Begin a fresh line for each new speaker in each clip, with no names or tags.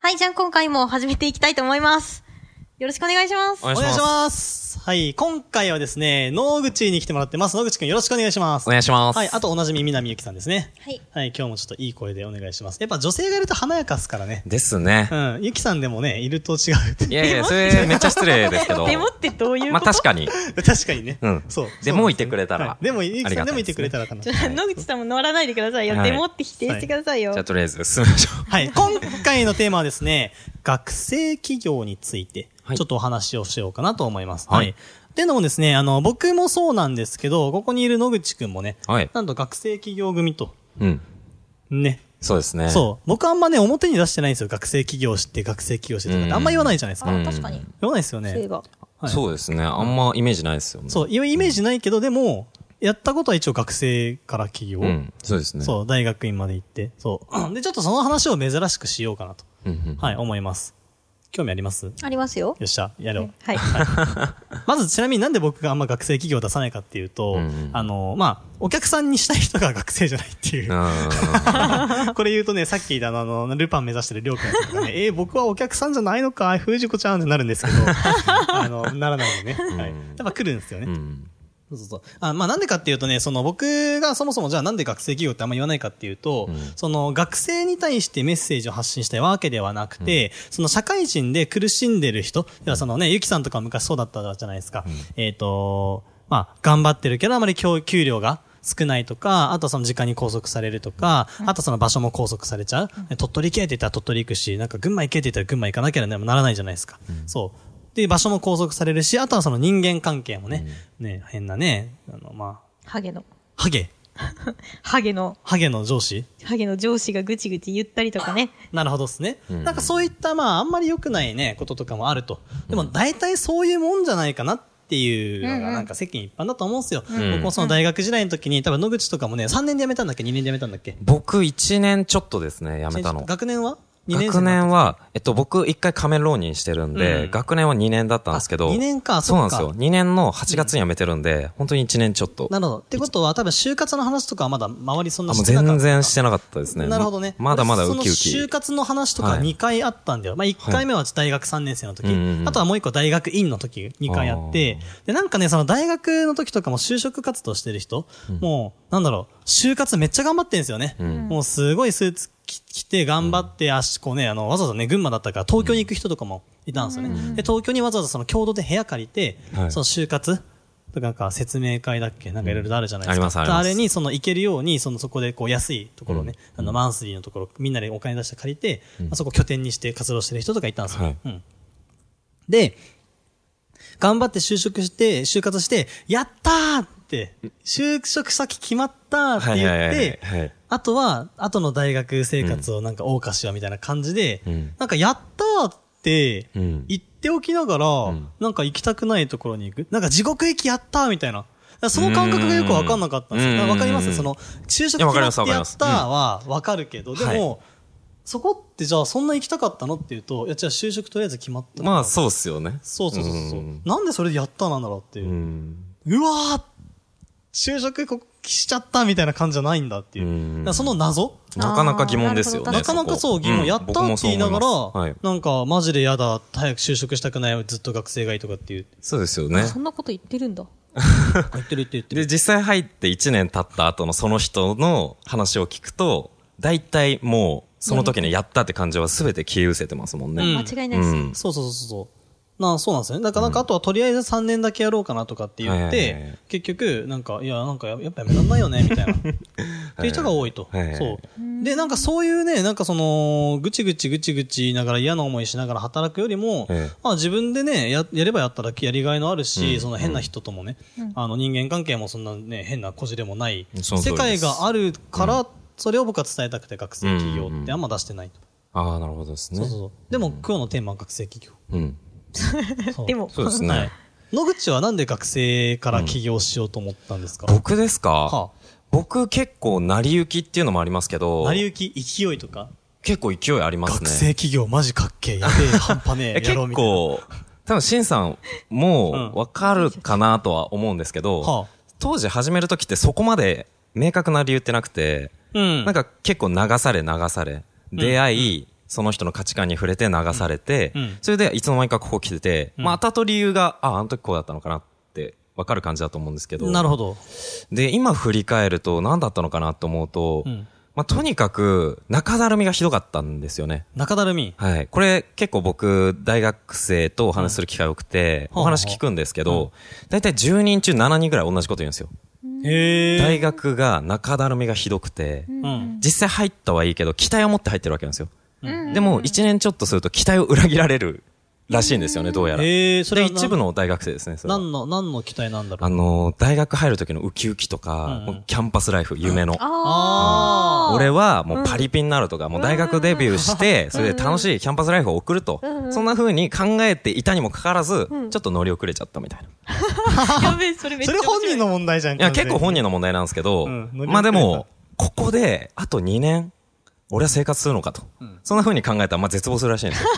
はい、じゃあ今回も始めていきたいと思います。よろしくお願いします。
お
お
願
願
い
い
し
し
ます。はい。今回はですね、野口に来てもらってます。野口くんよろしくお願いします。
お願いします。
はい。あとおなじみ南ゆきさんですね。
はい。
はい。今日もちょっといい声でお願いします。やっぱ女性がいると華やかっすからね。
です ね
う。ん。ゆきさんでもね、いると違うって。
いやいや、それめっちゃ失礼ですけど。
デモってどういう
まあ
こと、
確かに。
確かにね。
うん
そう。
でもいてくれたら
はいでも、ゆきさんでもいてくれたらかな。
ちょ野口さんも乗らないでくださいよ。
はい
デモって否定してくださいよ。
じゃあとりあえず進みましょう。
はい。今回のテーマはですね、学生企業について、
はい
ちょっとお話をしようかなと思います。
はい
っていうのもですね、あの、僕もそうなんですけど、ここにいる野口くんもね、
はい
なんと学生企業組と、
うん。
ね。
そうですね。
そう。僕あんまね、表に出してないんですよ。学生企業して、学生企業してとかってあんま言わないじゃないですか。
うん
あ確かに。
言わないですよ
そういえ
ね。
ば。
はい
そうですね。あんまイメージないですよね。
そう。いわゆるイメージないけど、でも、やったことは一応学生から企業。
うん。そうですね。
そう、大学院まで行って。そう。で、 ちょっとその話を珍しくしようかなと。
うんうん。
はい、思います。興味ありますよ
ありますよ。
っしゃ、やろう。
はい。
まずちなみになんで僕があんま学生企業を出さないかっていうと、
うんうん
あの、まあ、お客さんにしたい人が学生じゃないっていう。
あ
これ言うとね、さっき言ったあの、あのルパン目指してるりょうくんとかね、えー、僕はお客さんじゃないのか、藤子ちゃんってなるんで すけど、あの、ならないのね。はい。やっぱ来るんですよね。
ーうん。
そうそうそう。あまあなんでかっていうとね、その僕がそもそもじゃあなんで学生企業ってあんま言わないかっていうと、
うん
その学生に対してメッセージを発信したいわけではなくて、その社会人で苦しんでる人、ではそのね、ゆきさんとか昔そうだったじゃないですか。えっ、と、まあ頑張ってるけどあまり供給料が、少ないとか、あとはその時間に拘束されるとか、あとその場所も拘束されちゃう。鳥取行けって言ったら鳥取行くし、なんか群馬行けって言ったら群馬行かなきゃならないじゃないですか。そう。で、場所も拘束されるし、あとはその人間関係もね、ね、変なね、あの、ま
ハゲの、
あ、ハゲ、
ハゲの、
ハゲの上司
ハゲの上司がぐちぐち言ったりとかね。
なるほどですね。
うん
なんかそういった、まあ、あんまり良くないね、こととかもあると。でも、大体そういうもんじゃないかなっていうの
うんうん
が、なんか世間一般だと思うんですよ。
ん
僕もその大学時代の時に、多分野口とかもね、3年で辞めたんだっけ ?2 年で辞めたんだっけ
僕1年ちょっとですね、やめたの。
学年は ?2 年生
学
になっ
年は、えっと、僕一回仮面浪人してるん
う
で
ん、
学年は2年だったんですけど。
あ二年か
そうなんです
そ
よ。
っ
2年の8月に辞めてるんで、本当に1年ちょっと
た。なるほど。ってことは、多分就活の話とかはまだ周りそんな
あ、もう
してなかった
全然してなかったですね。
なるほどね。
まだまだウキウ
その
キ
就。活の話とか
はい
2回あったんだよ。まあ1回目は大学3年生の時、
うんうんうん
あとはもう1個大学院の時2回あって、で、なんかね、その大学の時とかも就職活動してる人、もう、なんだろう、就活めっちゃ頑張ってんですよね。
ん
もうすごいスーツ着着て頑張って、足こうね、あの、わざわざね、群馬だったから東京に行く人とかもいたんですよね。で、東京にわざわざその共同で部屋借りて、
はい
その就活とかなんか説明会だっけなんかいろいろとあるじゃないですか。
うんありますあります
れにその行けるように、そのそこでこう安いところね、あのマンスリーのところ、みんなでお金出して借りて、まあそこ拠点にして活動してる人とかいたんですよ。
はい
うんで、頑張って就職して、就活して、やったーって、就職先決まったーって
はいはい
言っ
はいはい
て
はい、
あとは、後の大学生活をなんか謳歌しようみたいな感じで、
うん
なんかやったーって
うん
言っておきながら、
ん
なんか行きたくないところに行く。なんか地獄行きやったーみたいな。その感覚がよくわかんなかったんです
うん
よ。なんかわかりま
う
す
ん
その、就
い
職
やわかりま
決
す
まって
わか
や
りま
っ
す
たーはわかるけど、で
は
も、そこってじゃあそんな行きたかったのって言うと、いや、じゃあ就職とりあえず決まったから
まあ、そうっすよね。
そうそうそうそう、
ん
なんでそれでやったなんだろうっていうう。
ん。
うわー就職こしちゃったみたいな感じじゃないんだっていう。
うん
だからその謎
なかなか疑問ですよ
あー
ね。
なかなかそう、疑問やったって言いながら、
うん僕もそう思いますはい。
なんか、マジでやだ、早く就職したくない、ずっと学生がいいと かっていう。
そうですよね。
そんなこと言ってるんだ。
言ってるって言ってる。
で、実際入って1年経った後のその人の話を聞くと、大体もう、その時にやったって感じは全て消え失せてますもん
うん
ね。
間違いな
う
いです。
ん。
そうそうそうそう。なそうなんですよね。だからなんか、あとはとりあえず3年だけやろうかなとかって言っ
はいはいは
て
い、
結局、なんか、いや、なんかややっぱやめらんないよね、みたいな。っていう人が多いと
はいは。い
そう。で、なんかそういうね、なんかその、ぐちぐちぐちぐち言いながら嫌な思いしながら働くよりも
ええ、
まあ自分でね、や、やればやっただけやりがいのあるし、その変な人ともね、あの人間関係もそんなね、変なこじれもない、
その通
世
りで
界
す
があるから、それを僕は伝えたくて学生企業ってあんま出してないと。
ああ、なるほどですね。
そうそうそう。でも、今日のテーマは学生起業。
うん。
そう
でも、
そうです
は
ね
い。。野口はなんで学生から起業しようと思ったんですか、
僕ですか、
は
僕結構成り行きっていうのもありますけど、
成り行き、勢いとか、
結構勢いあります
学
ね。
生企業マジかっけえ、やべえ、半端ね
え
え、や
結
ろうみたいな。
構、多分、シンさんも
うん
わかるかなとは思うんですけど、
はあ
当時始めるときってそこまで明確な理由ってなくて、
うん。
なんか結構流され流され、出会い、その人の価値観に触れて流されて、
うんうん
それでいつの間にかここ来てて、
うん
まあ後と理由が、あ、あの時こうだったのかなってわかる感じだと思うんですけど、
なるほど。
で、今振り返ると何だったのかなと思うと、
うん
まあとにかく中だるみがひどかったんですよね。
中だるみ。
はい。これ結構僕、大学生とお話しする機会多くて、
うん
お話聞くんですけど、だいたい10人中7人ぐらい同じこと言うんですよ。
へえ。
大学が中だるみがひどくて、
うん。
実際入ったはいいけど、期待を持って入ってるわけなんですよ。
うん
でも、1年ちょっとすると期待を裏切られるらしいんですよね、どうやら。
へえ、そ
そ
れ
れ
は
一部の大学生ですね、それは
何の、何の期待なんだろ
あ
う。
のー、大学入る時のウキウキとか、
うんうん
もうキャンパスライフ、夢の。
ああ。
俺、はもうパリピになるとか、もう大学デビューして、それで楽しいキャンパスライフを送ると、そんな風に考えていたにもかかわらず、ちょっと乗り遅れちゃったみたいな。い
やべえ、それめっち
そ
ゃ面白い。
れ本人の問題じゃん。
や、結構本人
人。
の問題なんですけど、
うん乗り遅れた
まあでも、ここで、あと2年、俺は生活するのかと。そんな風に考えたら、まあ絶望するらしいんですよ。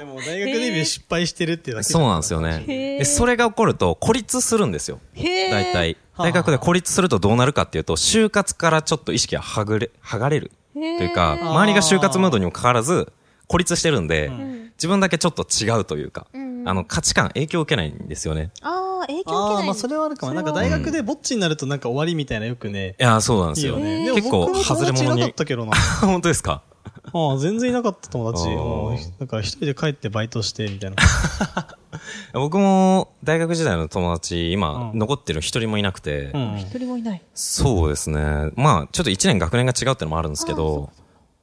でも大学デビュー失敗してるってだ け
そうなんですよね。
へー
でそれが起こると、孤立するんですよ。
へえ。
大。体。
はあ
大学で孤立するとどうなるかっていうと、就活からちょっと意識がはぐれ、はがれる。と
へー
いうか、周りが就活ムードにもかかわらず、孤立してるんで、自分だけちょっと違うというか、
んうん
あの、価値観影響を受けないんですよね。
ああ、影響受け
あ
な
あ、
い。
まあそれはあるかも。なんか大学でぼっちになるとなんか終わりみたいなよくね。
いやー、そうなんで
いい
すよ。
よね。でも
結構、
僕
外れ
友達い
者
なかっ
に。
たけどな。
本当ですか
ああ、全然いなかった友達。
あー
うんなんか一人で帰ってバイトして みたいな。
僕も、大学時代の友達、今、
うん
残ってる一人もいなくて、
うん。
一人もいない。
そうですね。まあ、ちょっと一年学年が違うってのもあるんですけど、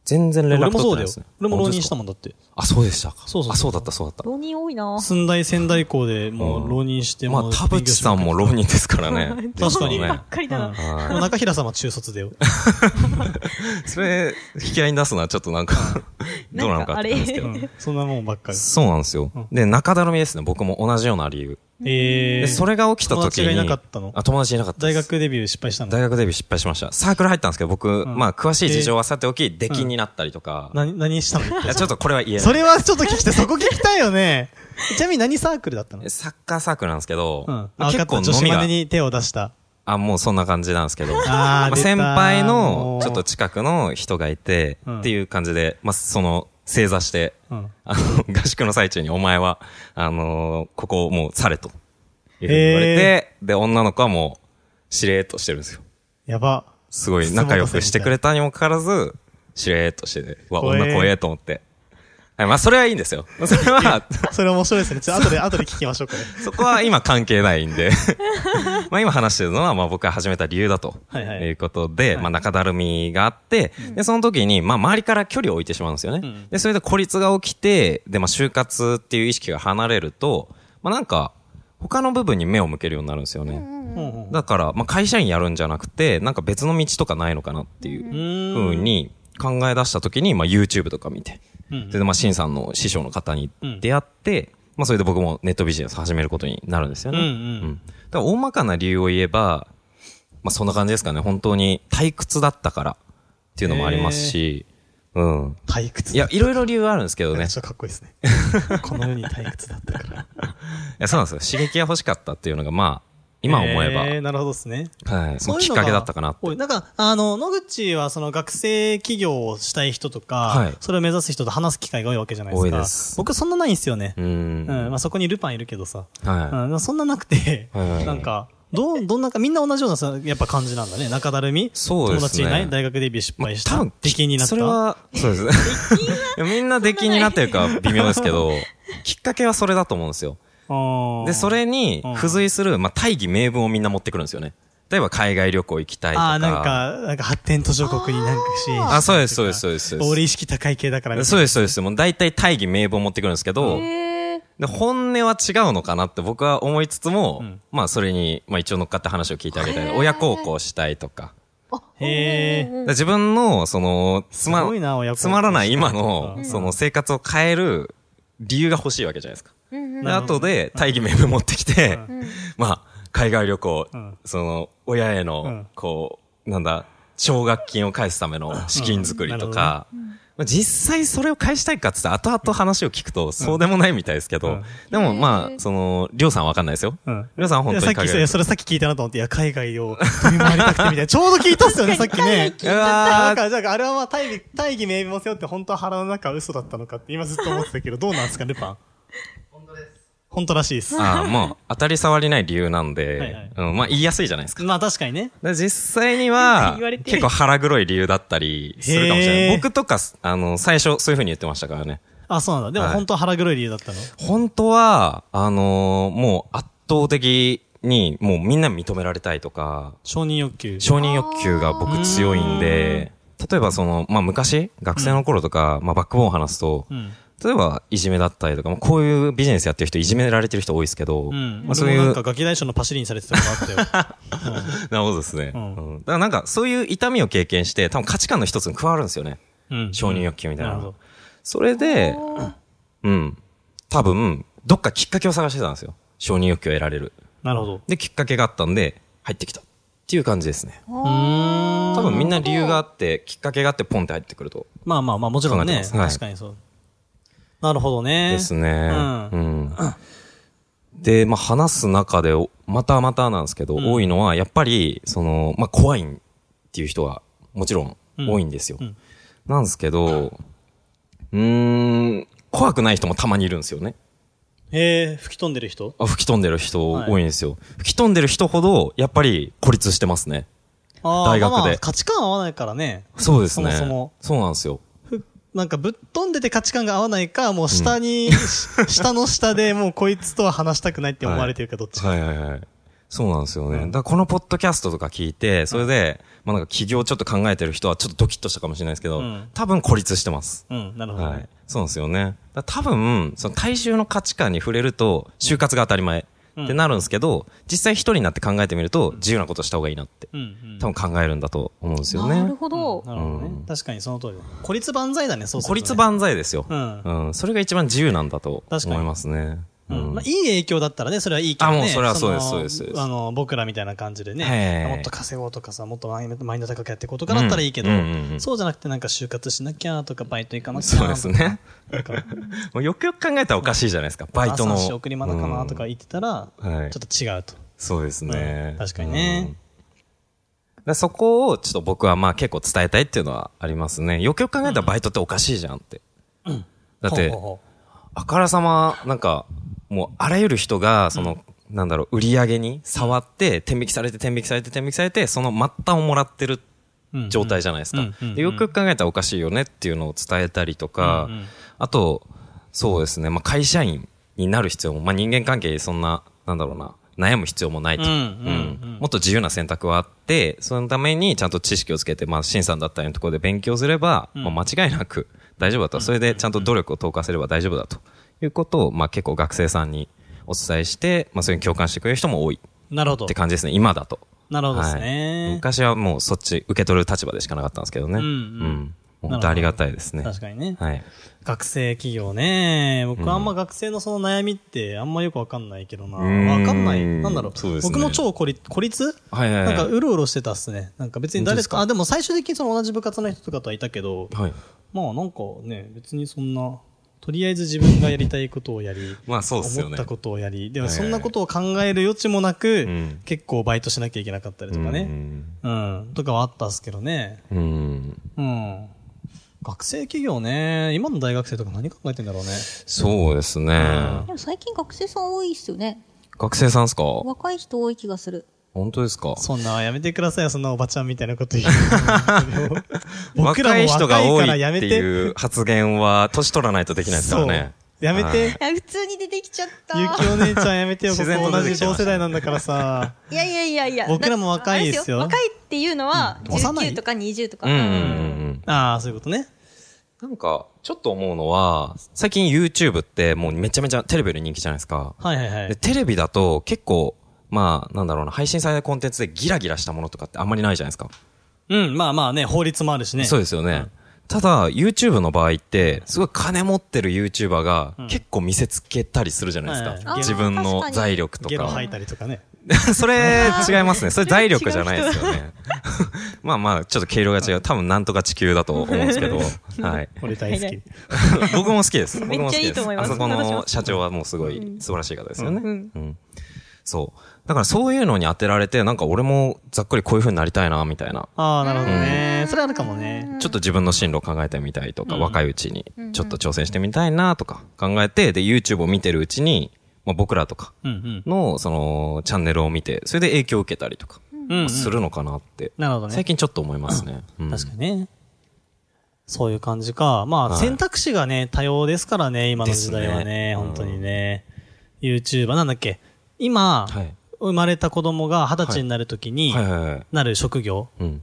全然連
俺
絡
も
取ってない
そうだよ
ですね。。
俺も浪人した
ん。
もんだって。
あ、そうでしたか。
そうそうそう
あ、そうだった、そうだった。
浪人多いな。。
寸大仙台校でもう浪人して、
ま
も
あ、
う
田淵さんも浪人ですからね
確かに
そう
ば
ね
っかりだ
うん
な。
はい
もう中平さんは中卒だよ。
それ、引き合いに出すのはちょっとなんか、 どうなのかって感じですけ
う
ど。
んそんなもんばっかり。
そうなんですよ。で、中だるみですね。僕も同じような理由。
え
で、
え。
それが起きた時に。
友達がいなかったの
あ、友達いなかったで
大
す。
学デビュー失敗したの
大学デビュー失敗しました。サークル入ったんですけど、僕、
ん
まあ、詳しい事情はさておき、出禁になったりとか。
何、何したの
いやちょっとこれは言えな
そ
い。
れはちょっと聞きたい。そこ聞きたい よね。ちなみに何サークルだったのうん。
サッカーサークルなんですけど、
あ、
まあ
分
結
か
構
った。
飲
女子
み
マ
が
ネ、に手を出した。
あ、もうそんな感じなんですけど。
あー
まあ、
出た
先輩
も
の
う
ちょっと近くの人がいて
うん
っていう感じで、まあ、その正座して、
うん。
あの、合 宿の最中にお前は、あのここをもう去れと。いうふうに言われて、で、女の子はもう、しれーっとしてるんですよ。
やば。
すごい仲良くしてくれたにもかかわらず、しれーっとしてて、うわ、
怖え
女怖えと思って。はい、まあ、それはいいんですよ。それは、
それ面白いですね。ちょっと 後で、後で聞きましょう、これ。
そこは今関係ないんで。 まあ今話してるのは、まあ僕が始めた理由だと。
はい
い
はいう
ことで、まあ中だるみがあって、で、その時に、まあ周りから距離を置いてしまうんですよね。
ん
で、それで孤立が起きて、で、まあ就活っていう意識が離れると、まあなんか、他の部分に目を向けるようになるんですよね。
うんうん
だから、まあ会社員やるんじゃなくて、なんか別の道とかないのかなっていう
ーん
ふうに考え出した時に、まあ YouTube とか見て、
うん
それでまあ、シンさんの師匠の方に出会って、まあ、それで僕もネットビジネス始めることになるんですよね。
うんうん
だから、大まかな理由を言えば、まあ、そんな感じですかね。本当に退屈だったからっていうのもありますし、うん。
退屈。
いや、いろいろ理由はあるんですけど
なん
ね
か。ちょっとかっこいいですね。この世に退屈だったから。
いや、そうなんですよ。刺激が欲しかったっていうのが、まあ、今思えば、
えーなるほどですね。
はい。その
う
き
い
っ
うのが
かけだったかなって。
おいなんか、あの、野口はその学生起業をしたい人とか、
はい
それを目指す人と話す機会が多いわけじゃないですか。
多いです
僕そんなないんですよね。
うー
うん
ん。。
まあ、そこにルパンいるけどさ。
は
うん、そんななくて、
はいはいはい
なんか、どう、どんなか、みんな同じようなさ、やっぱ感じなんだね。中だるみ
そうですね
友達いない大学デビュー失
い。まあ
敗し、
多
た。
分、
出禁になった。
それは、そうですね。い やみんな出禁になってるか微妙ですけど、きっかけはそれだと思うんですよ。
あー、
で、それに
うん
付随する、まあ、大義名分をみんな持ってくるんですよね。例えば、海外旅行行きたいとか。
ああー、なんか、なんか発展途上国になんか支援して
あそうですそうですそうですそうです
俺意識高い系だからみたいな
そうです、そうです。もう大体大義名分を持ってくるんですけど、
へえ。
で本音は違うのかなって僕は思いつつも、まあ、それに、まあ、一応乗っかって話を聞いてあげたり、親孝行したいとか。
あ、
へー
おーおーおー
だから自分の、その、つ
す
ま
ごいな親、子
つまらない今
う
の、
ん
その生活を変える理由が欲しいわけじゃないですか。
うんうん
で、
なる
あ
ほど
とで、大義名分持ってきて、
うん
まあ、海外旅行
うん、
その、親へ
う
の
ん、
こう、なんだ、奨学金を返すための資金作りとか、まあ実際それを返したいかって言ったら後々話を聞くと、そうでもないみたいですけ
う
ど
ん、
でもま
へ
あ、
ー
その、りょうさんわかんないですよ。
うん。
りょうさんは本当に
いやさっ
海外
きそれ、それさっき聞いたなと思って、いや、海外を飛び回りたくてみ たいな。ちょうど聞いたっすよね、さっきね。
うわ
だ
ー
から、だからあれはまあ、大義、大義名分を背負って、本当は腹の中は嘘だったのかって、今ずっと思ってたけど、どうなんですか、ルパン。本当です。本当らしいです。
あーもう、当たり障りない理由なん
はいは
で
い、
うんまあ言いやすいじゃないですか。
まあ、確かにね。
で実際には
言われ、てる
結構腹黒い理由だったりするかもしれ
へ
な
ー
い。僕とか、あの、最初そういう風に言ってましたからね。
あ、そうなんだ。でも、
はい
本当は腹黒い理由だったの。
本当は、あのーもう圧倒的に、もうみんな認められたいとか、
承認欲求。
承認欲求が僕強いんで、例えばその、まあ昔、学生の頃とか、まあバックボーンを話すと、
うん。
例えばいじめだったりとか、まあこういうビジネスやってる人いじめられてる人多いですけど、
うん。
まあ
そ
そう
う
い
いう。なん
う
か、、ガキ大将のパシリにされてたことあったよ。
なるほどですね。う
うん
んだからなんかそういう痛みを経験して、多分価値観の一つに加わるんですよね。
うん。うん
承認欲求みたいな。
なるほど
それで、うん。多分、どっかきっかけを探してたんですよ。承認欲求を得られる。
なるほど。
で、きっかけがあったんで、入ってきた。っていう感じですね。
うーん。
多分みんな理由があって、きっかけがあってポンって入ってくると。
まあまあまあ、もちろん
考えて
ね
ま。すはい
確かにそう。なるほどね。
ですね。
うん
うん。で、まあ話す中で、おまたまたなんですけど、
ん
多いのは、やっぱり、その、まあ怖いっていう人は、もちろん
うん
多いんですよ。
うん
なんですけど、うーん、怖くない人もたまにいるんですよね。
へえ、吹き飛んでる人
あ吹き飛んでる人
はい
多いんですよ。吹き飛んでる人ほど、やっぱり孤立してますね。
あー
大学で
まあまあ価値観合わないからね。
そうですね。
そもそも
そうなんですよ。
なんかぶっ飛んでて価値観が合わないか、もう下 に、し下の下でもうこいつとは話したくないって思われてるか、どっちか。
はいはいはい。そうなんですよね。だからこのポッドキャストとか聞いて、それで、まあなんか起業ちょっと考えてる人はちょっとドキッとしたかもしれないですけど、
うん
多分孤立してます。
うん、なるほど
は
ね
い。。そうなんですよね。だから多分、その大衆の価値観に触れると、就活が当たり前ってなるんですけど、実際一人になって考えてみると、自由なことした方がいいなって、
うん、うん。
多分考えるんだと思うんですよ
なる
ね。
ほど。
なるほど
うん
ね。確かにその通りだ。孤立万歳だね、そうす
孤
るとね
立万歳ですよ。
うん
うん。それが一番自由なんだと
確か
思
に
いますね。
うんまあ、いい影響だったらね、それはいいけ
あ
ど、ね。
もうそれはそうです
の
そうですそうです
あの、僕らみたいな感じで
へ
ね、
ー
もっと稼ごうとかさ、もっとマインドマインド高くやっていこうとかだったらいいけど、
うんうんうん
そうじゃなくてなんか就活しなきゃとか、バイト行かなきゃと
そう
か。
ですね。
なんか。
もうよくよく考えたらおかしいじゃないですか。バイトの。
朝飯送りまだかなとか言ってたら、
うんはい
ちょっと違うと。
そうですね。
うん確かにね
うん。だからそこをちょっと僕はまあ結構伝えたいっていうのはありますね。よくよく考えたらバイトっておかしいじゃんって。だって
ほう、ほ
あからさま、なんか、もうあらゆる人が、その、なんだろう、売り上げに触って、天引きされて、天引きされて、天引きされて、その末端をもらってる
うほう
状態じゃないです
う
か
んうんうん。
でよくよく考えたらおかしいよねっていうのを伝えたりとか
うんうん、
あと、そうですね、まあ、会社員になる必要も、まあ、人間関係でそんな、なんだろうな、悩む必要もないと。
うんうん
もっと自由な選択はあって、そのためにちゃんと知識をつけて、まあ、審査だったりのところで勉強すれば、
ん
まあ、間違いなく大丈夫だと。それでちゃんと努力を投下すれば大丈夫だということを、まあ、結構学生さんにお伝えして、まあ、それに共感してくれる人も多い
なるほど
って。感じですね、今だと。
なるほどです
はい
ね。
昔はもうそっち受け取る立場でしかなかったんですけどね。
うんうん
うん本当ありがたいですね。
確かにね。
はい。
学生企業ね。僕はあんま学生のその悩みってあんまよくわかんないけどな。わ
うん
かんない。なんだろう。
そうですね
僕も超孤立孤立
はいはいは
ないんかうろうろしてたっすね。なんか別に
本当
誰
ですか
か、あ、でも最終的にその同じ部活の人とかとはいたけど、
はい。
まあなんかね、別にそんな、とりあえず自分がやりたいことをやり、
まあそうですよ
思
ね
った。ことをやり、でも
はい
そんなことを考える余地もなく、
ん
結構バイトしなきゃいけなかったりとかね、うん、とかはあったっすけどね、
うん。うん。
うん。学生企業ね、今の大学生とか何考えてんだろうね。
そうですね。
でも最近学生さん多いっすよね。
学生さんですか
若い人多い気がする。
本当ですか
そんなやめてくださいよ、そんなおばちゃんみたいなこと言う。 僕ら
若
も
い人
若いか
が多
ら
い
や
っ
め
て
て。
いう発言は、年取らないとできないですからね。
そうやめて、
はい
いや、普通に出てきちゃった。
ゆきお姉ちゃんやめてよ、
自
僕
然と
同
出てき
じ
ちゃい
同
ました
世代なんだからさ。
いやいやいやいや。
僕らも若いっすよ
だってあれ若いっていうのは、
うん幼い
19とか20とか。
うんうんうん
ああ、そういうことね。
うん。なんか、ちょっと思うのは、最近 YouTube ってもうめちゃめちゃテレビより人気じゃないですか。
はいはいは
で
い。
テレビだと結構、まあ、なんだろうな、配信されたコンテンツでギラギラしたものとかってあんまりないじゃないですか。
うん、まあまあね、法律もあるしね。
そうですよね。ただ、YouTube の場合って、すごい金持ってる YouTuber が結構見せつけたりするじゃない
は
です
いあ
か。
ー
自分の
確かに
財力と
ゲロ
か
吐。いたりとかね。
それ違いますね。それ財力じゃないです よね。 まあまあ、ちょっと毛色が違う。多分なんとか地球だと思うんで すけど。はい。
俺大好
はい
き。
僕も好きです。
めっちゃ
僕も好き
いい
で
と
す。
思いま
あ
す
そこの社長はもうすごい素晴らしい方ですよね。
う
うんんそう。だからそういうのに当てられて、なんか俺もざっくりこういう風になりたいな、みたいな。
ああ、なるほどね。それあるかもね。
ちょっと自分の進路を考えてみたいとか、
うん
若いうちにちょっと挑戦してみたいなとか考えて、で、YouTube を見てるうちに、まあ、僕らとか
うん
の、その、チャンネルを見て、それで影響を受けたりとか、
うん。うん、うん。
するのかなって、
なるほどね。
最近ちょっと思いますね。うん
確かにね。そういう感じか。まあ、
はい
選択肢がね、多様ですからね、今の時代は
です
ね、
ね
本当にね。YouTuber、なんだっけ今、
はい
生まれた子供が二十歳になるときに、
はいはいはい。
なる職業
うん。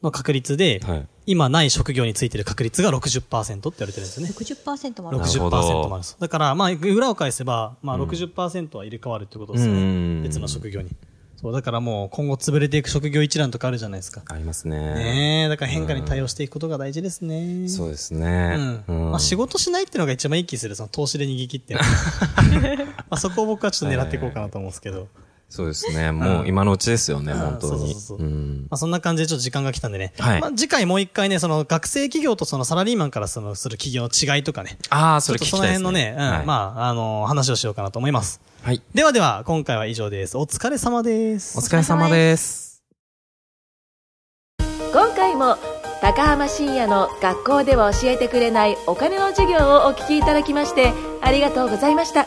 の確率で、
はい。
今ない職業についてる確率が60%って言われてるんですよね。
60%もある。
なるほ
60%
ど
もあるんです。だから、まあ、裏を返せば、まあ60%は入れ替わるってことですよ
う
ね。
ん
別の職業に。そう、だからもう今後潰れていく職業一覧とかあるじゃないですか。
ありますね。
ねえ、だから変化に対応していくことが大事ですね。
そうですね。
うんまあ、仕
事
事しないっていうのが一番いい気する、その投資で逃げ切 って。まあそこを僕はちょっと狙っていこうかなと思うんですけど。
そうですね。もう今のうちですよね、本当に。
そうそうそう
う
そうんまあそんな感じでちょっと時間が来たんでね。
はい
まあ次回もう一回ね、その学生企業とそのサラリーマンからそのする企業の違いとかね。
ああ、そ
ちょっ
れ聞
と
き
その
たいで
辺
すね。
のね、うん、
はい
まあ、あの話をしようかなと思います。
はい。
ではでは、今回は以上です。お疲れ様です
お。疲れ様です。
今回も高浜深也の学校では教えてくれないお金の授業をお聞きいただきましてありがとうございました